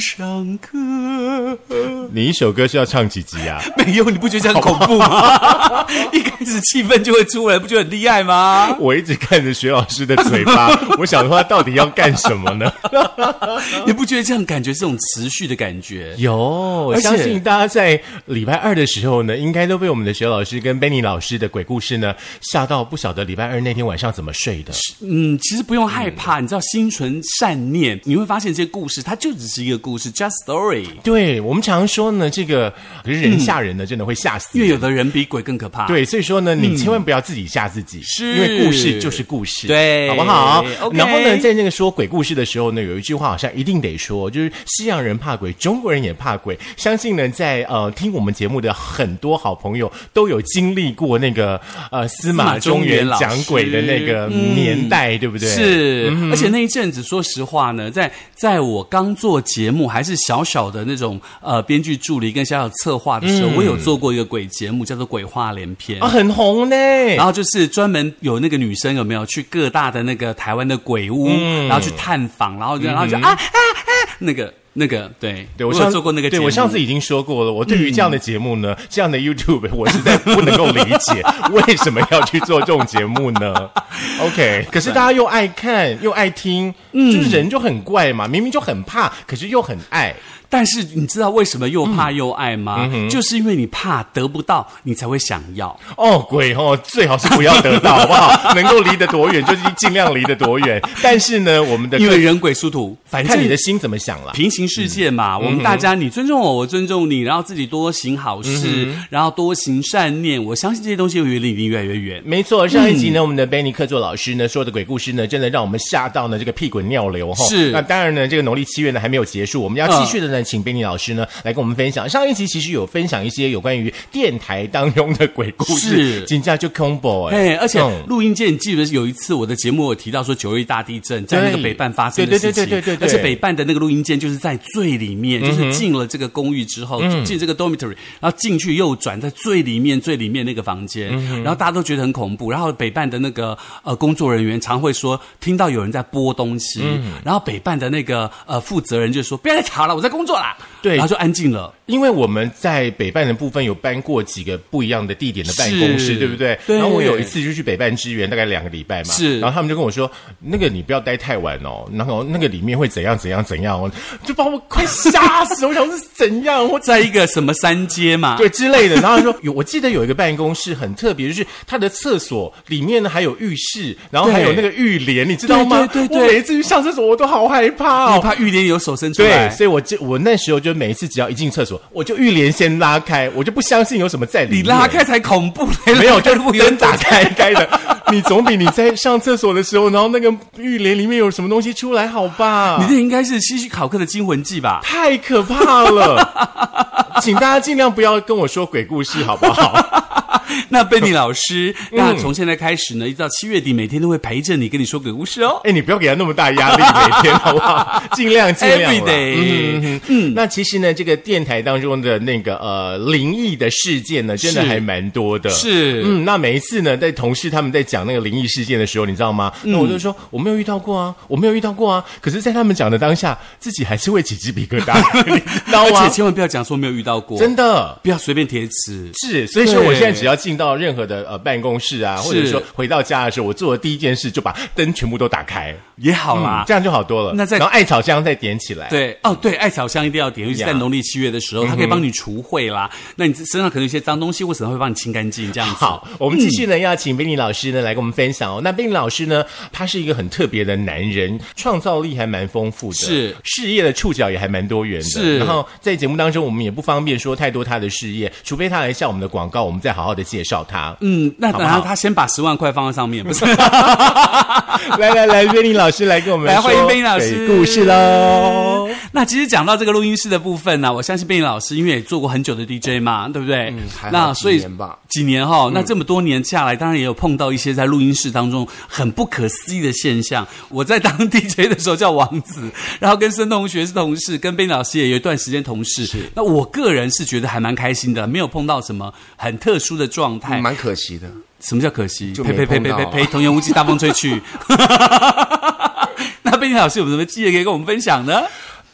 唱歌。你一首歌是要唱几集啊？ 没有，你不觉得这样很恐怖 吗？一开始气氛就会出来，不觉得很厉害吗？我一直看着徐老师的嘴 巴，我想说他到底要干什么呢？你不觉得这样感觉是种持续的感觉？ 有，我而且相信大家在礼拜二的时候呢，应该都被我们的徐老师跟 Benny 老师的鬼故事呢吓到，不晓得礼拜二那天晚上怎么睡的。嗯，其实不用害怕，你知道，心存善念，你会发现这些故事它就只是一个故事，just story。对我们常说呢，这个可是人吓人呢，真的会吓死因为人。有的人比鬼更可怕。对，所以说呢，你千万不要自己吓自己，啊嗯是因为故事就是故事，对好不好 OK 然后呢，在那个说鬼故事的时候呢，有一句话好像一定得说，就是西洋人怕鬼，中国人也怕鬼。相信呢，在呃听我们节目的很多好朋友都有经历过那个呃司马中原老师讲鬼的那个呃年代，对不嗯对？。是，而且那一阵子，说实话呢，在在我刚做节目还是小小的那种呃编剧助理跟小小策划的嗯时候，我有做过一个鬼节目，叫做《鬼话连篇》啊，很红呢。然后就是专门有那个女生有没有去各大的那个台湾的鬼屋，嗯然后去探访，然后就然后就、啊啊啊那个那个对，对我有上做过那个节对目，嗯我上次已经说过了。我对于这样的节目呢，这样的 YouTube，我实在不能够理 解为什么要去做这种节目呢？OK，可是大家又爱看又爱听，嗯就是人就很怪嘛，明明就很怕，可是又很爱。但是你知道为什么又怕又爱吗？嗯就是因为你怕得不到，你才会想要。哦，鬼哦，最好是不要得到，好 不好？能够离得多远就尽量离得多远。但是呢，我们的因为人鬼殊途，反看正你的心怎么想了。平行世界嘛，我们大家你尊重我，我尊重你，然后自己多行好事，然后多行善念，我相信这些东西会离你越来越远。没错，上一集呢，我们的 Benny 客座老师呢说的鬼故事呢，真的让我们吓到呢这个屁滚尿流哈。是啊那当然呢，这个农历七月呢还没有结束，我们要继续的呢，请 Benny 老师呢来跟我们分享。上一集其实有分享一些有关于电台当中的鬼故事，是金价就 combo 哎，而且嗯录音界，你记得有一次我的节目有提到说九一大地震在那个对北半发生的事情，对对对对对对嗯而且北半的那个录音间就是在最里面，就是进了这个公寓之后，进这个 dormitory，然后进去右转，在最里面最里面那个房间，嗯然后大家都觉得很恐怖。然后北半的那个呃工作人员常会说听到有人在拨东西，嗯然后北半的那个呃负责人就说不要再吵了，我在工作啦，对然后就安静了。因为我们在北半的部分有搬过几个不一样的地点的办公是室，对不对？对然后我有一次就去北半支援，大概两个礼拜嘛。是然后他们就跟我说，那个你不要待太晚哦，然后那个里面会怎样怎样怎样哦，就把我快吓死！我想是怎样，我在一个什么三街嘛，对之类的。然后他说有，我记得有一个办公室很特别，就是它的厕所里面呢还有浴室，然后还有那个浴帘，你知道吗？对对对对我每一次去上厕所我都好害怕你哦。怕浴帘有手伸出来对，，所以我就我那时候就每一次只要一进厕所，我就浴帘先拉开，我就不相信有什么在里你面。拉开才恐怖嘞！没有，就如果是有人灯打打开开的， 你总比你在上厕所的时候，然后那个浴帘里面有什么东西出来好吧？你这应该是希区考克的《惊魂记》 吧？太可怕了， 请大家尽量不要跟我说鬼故事好不好？ 那贝尼老师，那从现在开始呢，一直到七月底，每天都会陪着你，跟你说鬼故事哦。哎、你不要给他那么大压力，每天好不 好？尽量尽量啦 Every day 嗯嗯，那其实呢，这个电台当中的那个呃灵异的事件呢，真的是还蛮多的。是嗯，那每一次呢，在同事他们在讲那个灵异事件的时候，你知道吗？嗯那我就说、我没有遇到过啊，我没有遇到过啊。可是，在他们讲的当下，自己还是会起鸡皮疙 瘩，你知道而且吗？千万不要讲说没有遇到过，啊真的。不要随便贴纸。是，所以说对我现在只要进到任何的呃办公室啊，或者是说回到家的时候，我做的第一件事就把灯全部都打开。也好啦嗯，。这样就好多了。那再然后艾草香再点起来。对哦，对，艾草香一定要点，尤其呀嗯在农历七月的时候，它可以帮你除秽啦。那你身上可能有些脏东西，为什么会帮你清干净？这样子好，我们继续呢，要请宾利老师呢来跟我们分嗯享哦。那宾利老师呢，他是一个很特别的男人，创造力还蛮丰富的，是事业的触角也还蛮多元的。是然后在节目当中，我们也不方便说太多他的事业，除非他来下我们的广告，我们再好好的介绍他。嗯，那好不然好后他先把十万块放在上面，不是？ 来来来，宾利老师来跟我们来欢迎说贝尼老师鬼故事喽。。那其实讲到这个录音室的部分呢、我相信贝尼老师因为也做过很久的 DJ 嘛，对不对？嗯还好那几所以年吧几年哈、那这么多年下来，当然也有碰到一些在录音室当中很不可思议的现象。我在当 DJ 的时候叫王子，然后跟孙同学是同事，跟贝尼老师也有一段时间同事。那我个人是觉得还蛮开心的，没有碰到什么很特殊的状态。蛮可惜的。什么叫可惜？就呸呸没呸碰呸到呸啊呸！童言无忌， 大风吹去。那贝尼老师有什么经验可以跟我们分享呢？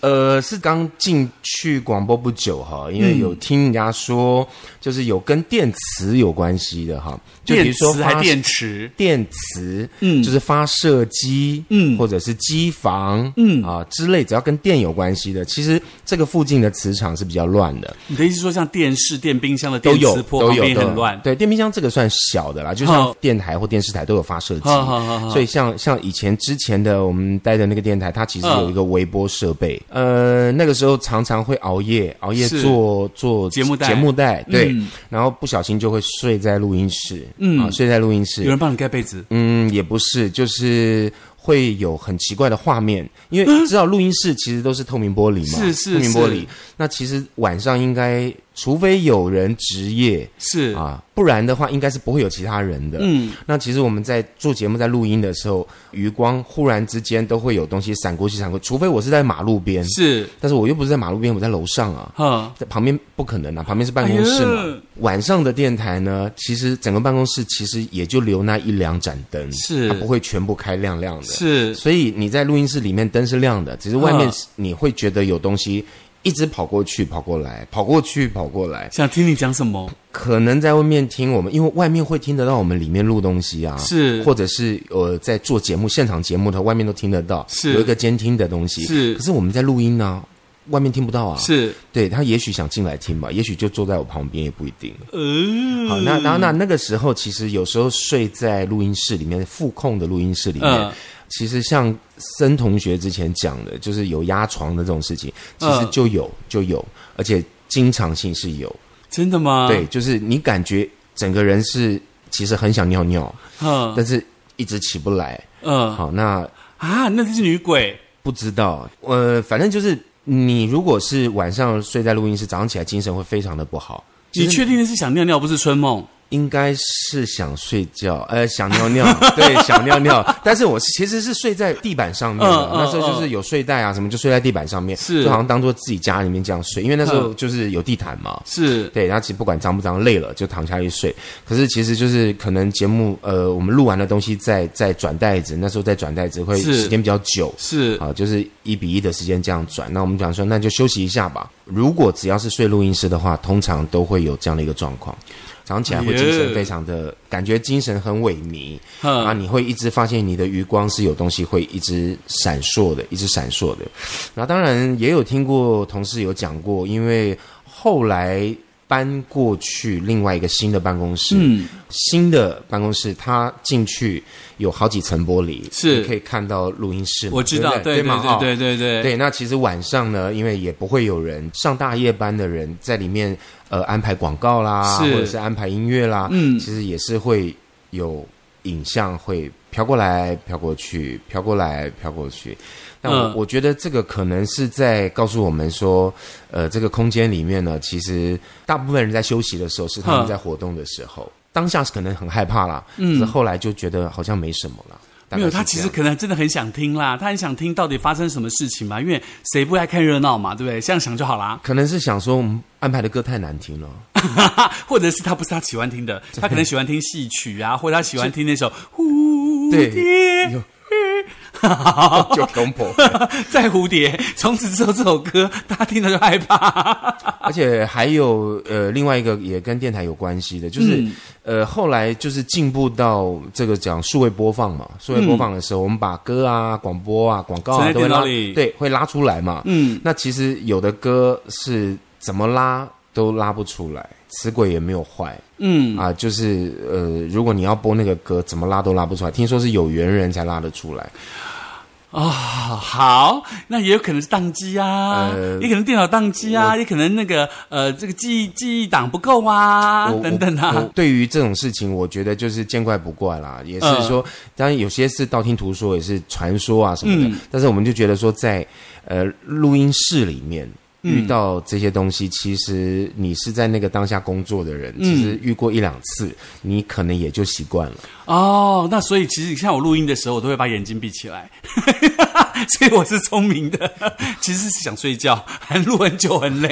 呃，是刚进去广播不久哈，因为有听人家说，就是有跟电磁有关系的哈，就比电如说池还发电池，电磁，嗯就是发射机，嗯或者是机房，嗯啊之类，只要跟电有关系的，其实这个附近的磁场是比较乱的，你的意思说像电视、电冰箱的都电有磁波都旁有边都有很乱，对，电冰箱这个算小的啦，就哦像电台或电视台都有发射机哦哦哦哦，所以像像以前之前的我们待的那个电台，它其实嗯有一个微波设备，呃，那个时候常常会熬夜，熬夜是做做节目带节目带，对嗯，然后不小心就会睡在录音室，嗯啊，睡在录音室有，人帮你盖被子，嗯，也不是，就是会有很奇怪的画面，因为知道录音室其实都是透明玻璃 嘛，是是透明玻是璃。那其实晚上应该，除非有人值夜是啊，不然的话应该是不会有其他人的。嗯，那其实我们在做节目、在录音的时候，余光忽然之间都会有东西闪过去、闪过去，除非我是在马路边，是，但是我又不是在马路边，我在楼上啊。哈，在旁边不可能啊，旁边是办公室嘛。哎呀晚上的电台呢，其实整个办公室其实也就留那一两盏灯，是它嗯啊不会全部开亮亮的。，是所以你在录音室里面灯是亮的，只是外面嗯你会觉得有东西一直跑过去、跑过来、跑过去、跑过来。想听你讲什么？可能在外面听我们，因为外面会听得到我们里面录东西啊，是或者是呃在做节目、现场节目的外面都听得到，是有一个监听的东西。是可是我们在录音呢、外面听不到啊。是，对他也许想进来听吧，也许就坐在我旁边也不一定。呃，好，那然后那那个时候，其实有时候睡在录音室里面，副控的录音室里面，嗯其实像森同学之前讲的，就是有压床的这种事情，其实嗯就有、就有，而且经常性是有。真的吗？对，，就是你感觉整个人是其实很想尿尿，嗯但是一直起不来。嗯，好，那啊，那是女鬼，不知道，呃，反正就是你如果是晚上睡在录音室，早上起来精神会非常的不好。你确定是想尿尿，不是春梦？应该是想睡觉，呃，想尿 尿，对，想尿尿。但是我是其实是睡在地板上面的，嗯嗯那时候就是有睡袋啊什么，就睡在地板上面，是就好像当做自己家里面这样睡，因为那时候嗯就是有地毯嘛。是对，然后其实不管脏不脏，累了就躺下去睡。可是其实就是可能节目，呃，我们录完的东西再再转袋子，那时候再转袋子会是时间比较久，是，啊，就是一比一的时间这样转。那我们讲说，那就休息一下吧。如果只要是睡录音室的话，通常都会有这样的一个状况，早上起来会精耶神非常的，感觉精神很萎靡啊，嗯，你会一直发现你的余光是有东西会一直闪烁的，一直闪烁的。然后当然也有听过同事有讲过，因为后来。搬过去另外一个新的办公室，嗯，新的办公室，它进去有好几层玻璃，是你可以看到录音室嘛，我知道，对对不对嘛哦对对对对，对，那其实晚上呢，因为也不会有人上大夜班的人在里面呃安排广告啦，是或者是安排音乐啦，嗯啊其实也是会有影像会飘过来、飘过去、飘过来、飘过去。但我、嗯我觉得这个可能是在告诉我们说，呃，这个空间里面呢，其实大部分人在休息的时候是他嗯们在活动的时候，当下是可能很害怕啦，嗯可是后来就觉得好像没什么了。大没概有，是他这其实样可能真的很想听啦，他很想听到底发生什么事情嘛，因为谁不爱看热闹嘛，对不对？这样想就好啦。 可能是想说我们安排的歌太难听了。或者是他不是他喜欢听的，他可能喜欢听戏曲啊，或者他喜欢听那首蝴对蝶有。 就恐怖，在蝴蝶，从此之后这首歌大家听了就害怕。 而且还有呃，另外一个也跟电台有关系的，就是、嗯呃，后来就是进步到这个讲数位播放嘛，数位播放的时候，我们把歌啊、广播啊、广告存在嗯啊都会电拉脑里，对，会拉出来嘛。嗯，那其实有的歌是怎么拉都拉不出来，死鬼也没有坏，嗯啊，就是呃，如果你要播那个歌，怎么拉都拉不出来，听说是有缘人才拉得出来。啊、好，那也有可能是宕机啊，呃也可能电脑宕机啊，也可能那个呃，这个记忆记忆档不够啊，我等等我啊我，对于这种事情，我觉得就是见怪不怪啦，也是嗯说，当然有些是道听途说，也是传说啊什么的。嗯但是我们就觉得说在，呃录音室里面。嗯遇到这些东西，其实你是在那个当下工作的人，其嗯实遇过一两次，你可能也就习惯了。哦，那所以其实像我录音的时候，我都会把眼睛闭起来， 所以我是聪明的，其实是想睡觉，还录很久很累。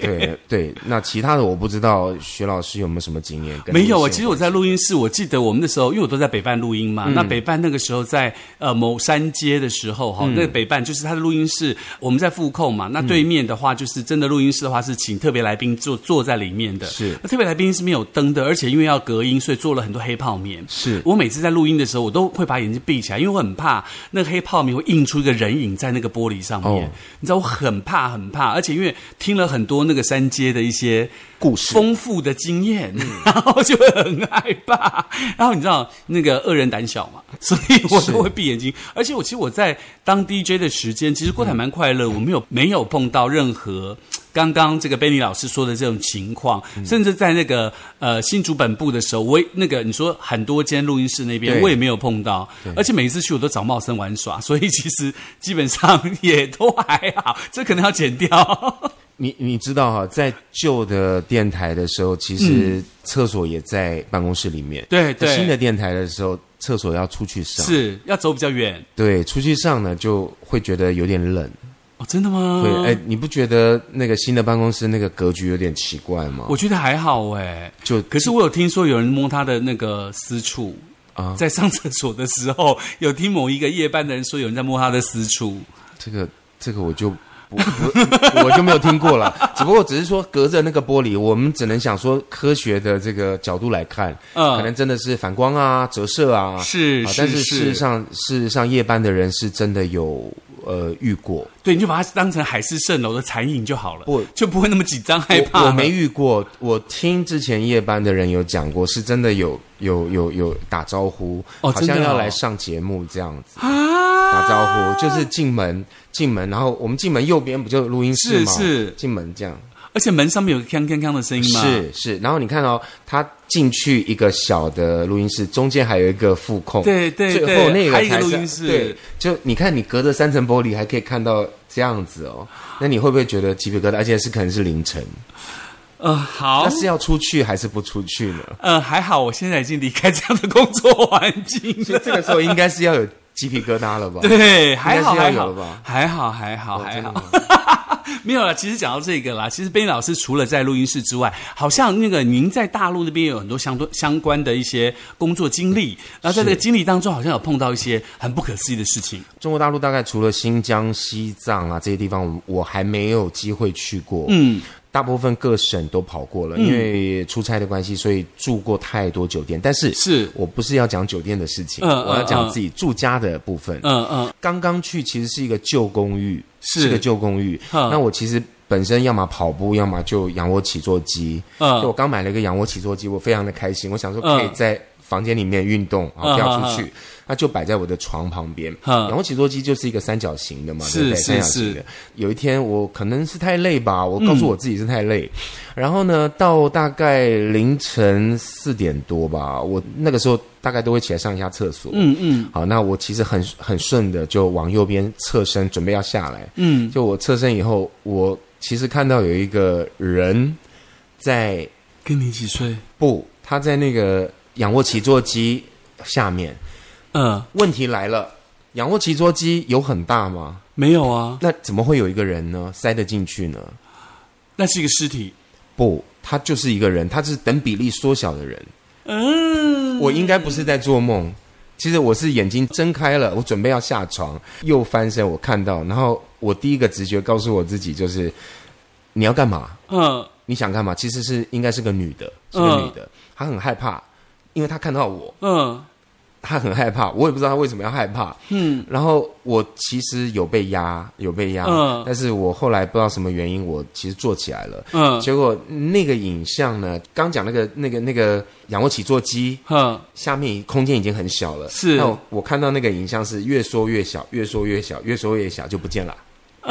对对，那其他的我不知道，徐老师有没有什么经验？跟没有啊，你其实我在录音室，我记得我们那时候，因为我都在北办录音嘛。嗯那北办那个时候在呃某山街的时候，哈、嗯那个北办就是他的录音室，我们在复控嘛。那对面的话，就是真的录音室的话，是请特别来宾坐坐在里面的。是那特别来宾是没有灯的，而且因为要隔音，所以做了很多黑泡棉。是我每次在录音的时候，我都会把眼睛闭起来，因为我很怕那个黑泡棉会映出一个人影在那个玻璃上面。哦你知道我很怕很怕，而且因为听了很多那个山街的一些故事丰富的经验，嗯 然后就会很害怕。 然后你知道那个恶人胆 小嘛，所以我是都会闭眼睛。而且我其实我在当 DJ 的时间，其实过得还蛮快嗯乐，我没有没有碰到任何。刚刚这个贝尼老师说的这种情况，嗯甚至在那个呃新竹本部的时候，我也那个你说很多间录音室那边，对我也没有碰到，而且每一次去我都找茂生玩耍， 所以其实基本上也都还好，这可能要剪掉。你你知道哈、在旧的电台的时候，其实嗯厕所也在办公室里面。对在哎对新的电台的时候，厕所要出去上。，是要走比较远对，出去上呢就会觉得有点冷。哦，真的吗？对，哎、你不觉得那个新的办公室那个格局有点奇怪吗？我觉得还好哎，就可是我有听说有人摸他的那个私处。啊在上厕所的时候， 有听某一个夜班的人说有人在摸他的私处，这个这个我就不 不我就没有听 过了，只不过只是说隔着那个玻璃，我们只能想说科学的这个角度来看，嗯可能真的是反光啊、折射啊，是啊是但是是事实上事实上夜班的人是真的有呃遇过，对，你就把它当成海市蜃楼的残影就好了，不就不会那么紧张害怕我了我没遇过，我听之前夜班的人有讲过，是真的有有有有打招呼，哦好真像的哦要来上节目这样子。啊，打招呼，就是进门，进门，然后我们进门右边不就录音室吗？是是进门这样，而且门上面有个锵锵锵的声音嘛，是是。然后你看哦，他进去一个小的录音室，中间还有一个副控，对对对最后那还有个一个才是录音室对，就你看你隔着三层玻璃还可以看到这样子哦，那你会不会觉得鸡皮疙瘩？而且是可能是凌晨，呃，好那，是要出去还是不出去呢？呃，还好，我现在已经离开这样的工作环境所以了。这个时候应该是要有鸡皮疙瘩了吧？ 对，还好应该还是要有好了吧哦还好还好还真的好吗， 没有啦。其实讲到这个啦，其实贝老师除了在录音室之外，好像那个您在大陆那边有很多相多相关的一些工作经历，然后在这个经历当中，好像有碰到一些很不可思议的事情。中国大陆大概除了新疆、西藏啊这些地方，我我还没有机会去过。嗯，大部分各省都跑过了，因为出差的关系，所以住过太多酒店。但是是我不是要讲酒店的事情，嗯嗯我要讲自己住家的部分。嗯嗯，刚刚去其实是一个旧公寓，是个旧公寓。嗯那我其实本身要么跑步，要么就仰卧起坐机。嗯就我刚买了一个仰卧起坐机，我非常的开心，我想说可以嗯在房间里面运动，啊，不要出嗯去，那就摆在我的床旁边。嗯仰卧起坐机就是一个三角形的嘛，是对不对？是三角形是嗯的。有一天我可能是太累吧，我告诉我自己是太累，然后呢，到大概凌晨四点多吧，我那个时候大概都会起来上一下厕所。嗯嗯好，那我其实很很顺的就往右边侧身，准备要下来。嗯，就我侧身以后，我其实看到有一个人在跟你一起睡，不，他在那个仰卧起坐机下面。嗯，问题来了，仰卧起坐机有很大吗？没有啊，那怎么会有一个人呢？塞得进去呢？那是一个尸体。不，他就是一个人，他是等比例缩小的人。嗯，我应该不是在做梦，其实我是眼睛睁开了，我准备要下床，又翻身，我看到，然后我第一个直觉告诉我自己就是，你要干嘛？嗯你想干嘛？其实是应该是个女的，是个女的，她很害怕，因为她看到我，嗯她很害怕，我也不知道她为什么要害怕。嗯，然后我其实有被压，有被压，嗯但是我后来不知道什么原因，我其实坐起来了。嗯结果那个影像呢？刚讲那个那个那个仰卧起坐机，嗯，下面空间已经很小了，是那我我看到那个影像是越缩越小，越缩越小，越缩越小就不见了，啊，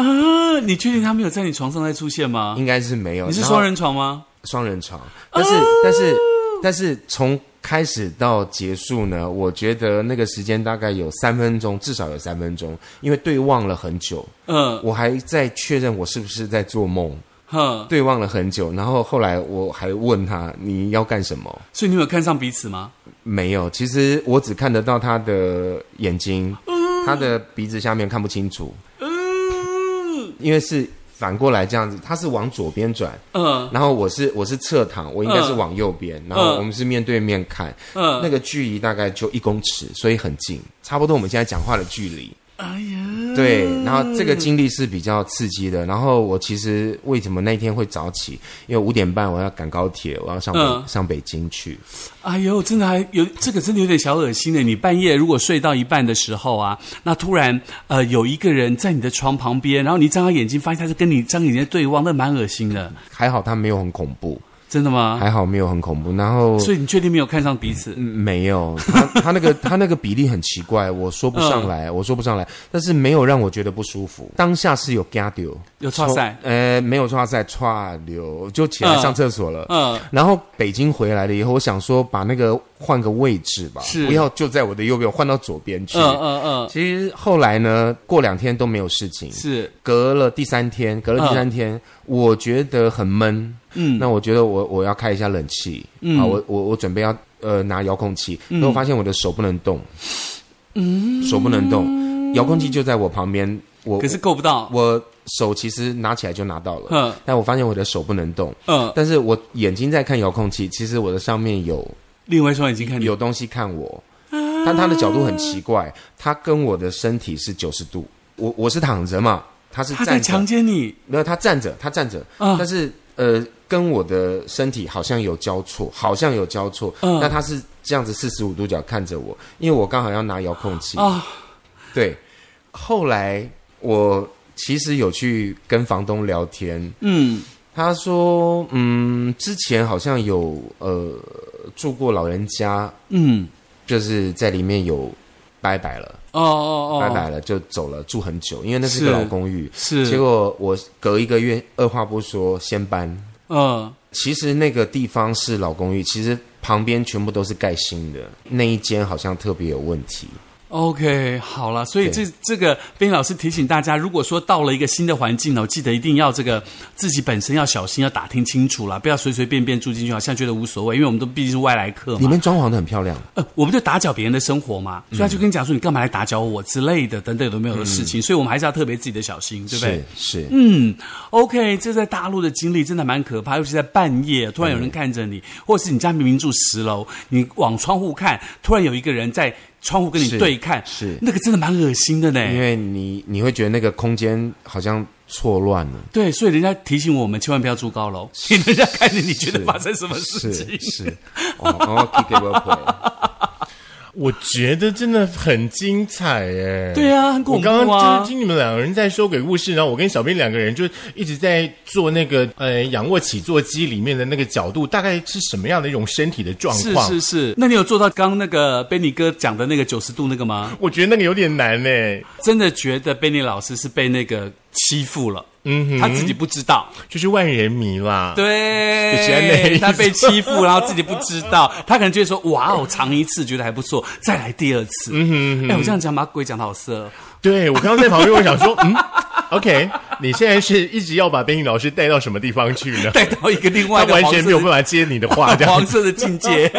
你确定他没有在你床上再出现吗？应该是没有。啊你是然后双人哦床吗？双人床，但是、但是但是从开始到结束呢，我觉得那个时间大概有三分钟，至少有三分钟，因为对望了很久，嗯我还在确认我是不是在做梦，哼，对望了很久，然后后来我还问他你要干什么。所以你们有看上彼此吗？没有，其实我只看得到他的眼睛，嗯他的鼻子下面看不清楚，因为是反过来这样子，他是往左边转，嗯然后我是我是侧躺，我应该是嗯往右边，然后我们是面对面看，嗯那个距离大概就一公尺，所以很近，差不多我们现在讲话的距离。哎呀，对，然后这个经历是比较刺激的。然后我其实为什么那一天会早起？因为五点半我要赶高铁，我要上北、嗯上北京去。哎呦，真的还有这个真的有点小恶心的。你半夜如果睡到一半的时候啊，那突然呃有一个人在你的床旁边，然后你张开眼睛发现他是跟你张眼睛在对望，那蛮恶心的，还好他没有很恐怖，真的吗？还好没有很恐怖。然后所以你确定没有看上彼此？嗯没有他他那个 他那个比例很奇怪，我说不上来，嗯我说不上来，但是没有让我觉得不舒服。当下是有 g a d 有错赛？呃，没有抓塞，抓流就起来嗯上厕所了。嗯，然后北京回来了以后，我想说把那个换个位置吧，是不要就在我的右边，我换到左边去。嗯嗯嗯，其实后来呢，过两天都没有事情。是，隔了第三天，隔了第三天，我觉得很闷。嗯那我觉得我我要开一下冷气、嗯啊，我我我准备要呃拿遥控器，那、我发现我的手不能动，嗯，手不能动，遥控器就在我旁边，我可是够不到。我手其实拿起来就拿到了，嗯但我发现我的手不能动，嗯，但是我眼睛在看遥控器，其实我的上面有另外一双眼睛看你。有东西看我，啊但他的角度很奇怪，他跟我的身体是九十度，我我是躺着嘛，他是他在站强着，奸你没有他站着，他站着，啊但是呃跟我的身体好像有交错，好像有交错，嗯那他是这样子四十五度角看着我，因为我刚好要拿遥控器，啊！对，后来我其实有去跟房东聊天，嗯他说，嗯，之前好像有呃住过老人家，嗯，就是在里面有拜拜了，哦哦哦，拜拜了就走了，住很久，因为那是是个老公寓。是，结果我隔一个月，二话不说先搬。嗯其实那个地方是老公寓，其实旁边全部都是盖新的，那一间好像特别有问题。 ，OK，好了，所以这这个冰老师提醒大家，如果说到了一个新的环境哦，记得一定要这个自己本身要小心，要打听清楚啦，不要随随便便住进去，好像觉得无所谓，因为我们都毕竟是外来客里嘛。面装潢的很漂亮，呃，我们就打搅别人的生活嘛，嗯所以他就跟你讲说你干嘛来打搅我之类的，等等都没有的事情，所以我们还是要特别自己的小心，对不对？嗯是是，嗯，OK，这在大陆的经历真的蛮可怕，尤其在半夜，突然有人看着嗯你，或是你家明明住十楼，你往窗户看，突然有一个人在窗户跟你是对看，是那个真的蛮恶心的呢。因为你你会觉得那个空间好像错乱了。对，所以人家提醒我们千万不要住高楼，因为人家看着 你觉得发生什么事是情。是，哦，哦 k i 我觉得真的很精彩耶！对啊很恐怖啊我刚刚就是听你们两个人在说鬼故事，然后我跟小编两个人就一直在做那个呃仰卧起坐机里面的那个角度，大概是什么样的一种身体的状是况？是是，那你有做到刚刚那个贝尼哥讲的那个九十度那个吗？我觉得那个有点难呢，真的觉得贝尼老师是被那个欺负了，嗯哼他自己不知道，就是万人迷啦。喜欢 那对，一他被欺负，然后自己不知道，他可能觉得说，哇哦，尝一次觉得还不错，再来第二次。嗯哼，哎，我这样讲把鬼讲的好色，对，我刚刚在旁边，我想说， 嗯，OK，你现在是一直要把冰雨老师带到什么地方去呢？带到一个 另他外的完黄色全的没有办法接你的话，这样黄色的境 界。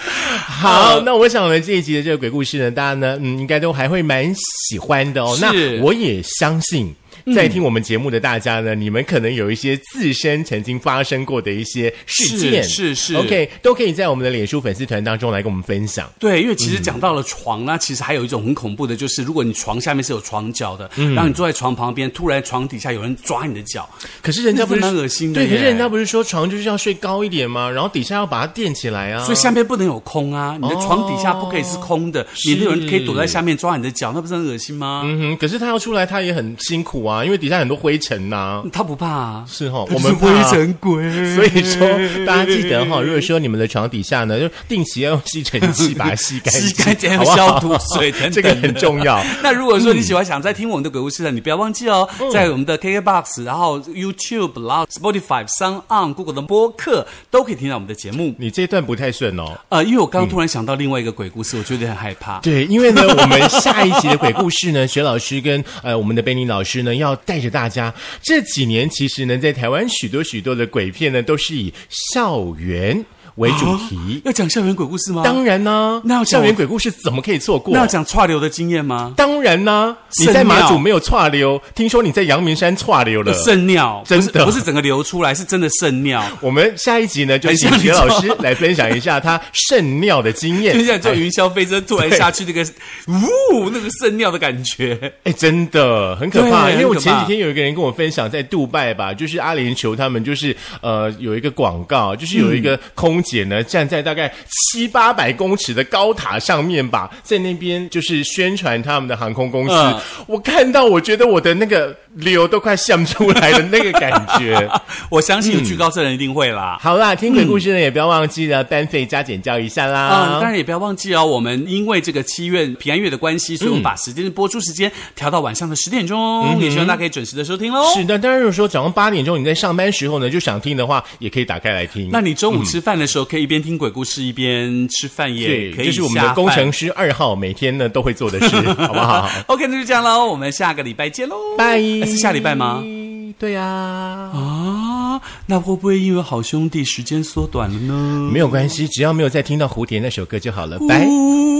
好，嗯那我想呢，这一集的这个鬼故事呢，大家呢，嗯，应该都还会蛮喜欢的哦。是嗯那我也相信。在听我们节目的大家呢，你们可能有一些自身曾经发生过的一些事件，是是是，OK，都可以在我们的脸书粉丝团当中来跟我们分享。对，因为其实讲到了床呢，其实还有一种很恐怖的，就是如果你床下面是有床脚的，嗯然后你坐在床旁边，突然床底下有人抓你的脚，可是人家不是那是蛮恶心的对，可是耶人家不是说床就是要睡高一点吗？然后底下要把它垫起来啊，所以下面不能有空啊，你的床底哦下不可以是空的，免得有人可以躲在下面抓你的脚，那不是很恶心吗？嗯哼，可是他要出来，他也很辛苦啊，因为底下很多灰尘呐、他不怕啊，是哈、他就我是们灰怕尘 鬼，所以说，大家记得 哈、如果说你们的床底下呢，就定期要用吸尘器把它 吸干净，吸干净好不好消毒水等等这个很重要。 那如果说你喜欢想再听我们的鬼故事呢，你不要忘记哦，嗯在我们的 KKBox，然后 YouTube，然后 Spotify、s o n On、Google 的播客都可以听到我们的节目。你这一段不太顺哦。呃，因为我刚刚突然想到另外一个鬼故事，我觉得很害怕。对，因为 呢，我们下一集的鬼故事 呢，雪老师跟呃我们的贝宁老师呢，要带着大家这几年，其实呢，在台湾许多许多的鬼片呢，都是以校园。为主题。要讲校园鬼故事吗？当然呢、哦那要讲校园鬼故事怎么可以错过？那要讲串流的经验吗？当然啦、你在圣庙马祖没有岔流，听说你在阳明山岔流了。渗尿，真不是的不是整个流出来，是真的渗 尿。 我们下一集呢，就请很像徐你老知道师来分享一下他肾尿的经验。 就像坐云霄飞车突然下去那个，呜，那个渗尿的感觉。哎，真的很可怕，对啊因为我很可前怕几天有一个人跟我分享，在杜拜吧，就是阿联酋他们就是呃有一个广告，就是有一嗯个空姐呢、站在大概七八百公尺的高塔上面吧，在那边就是宣传他们的航空公司。嗯我看到，我觉得我的那个流都快渗出来的那个感 觉。我相嗯信居高症人一定会啦。好啦，听鬼故事呢，也不要忘记了班费加减掉一下啦。嗯，当然也不要忘记哦，我们因为这个七月平安月的关系，所以我们把时间播出时间调到晚上的十点钟，也希望大家可以准时的收听喽。嗯是的，当然如果说早上八点钟你在上班时候呢，就想听的话，也可以打开来听。那你中午吃饭的时候，可以一边听鬼故事一边吃饭，也对，可以这是我们的下工饭程。师二号每天呢都会做的 事，好不好？ OK，那就这样喽，我们下个礼拜见喽，哎拜，是下礼拜吗？？对呀、啊，那会不会因为好兄弟时间缩短了呢？没有关系，只要没有再听到蝴蝶那首歌就好了。拜。呜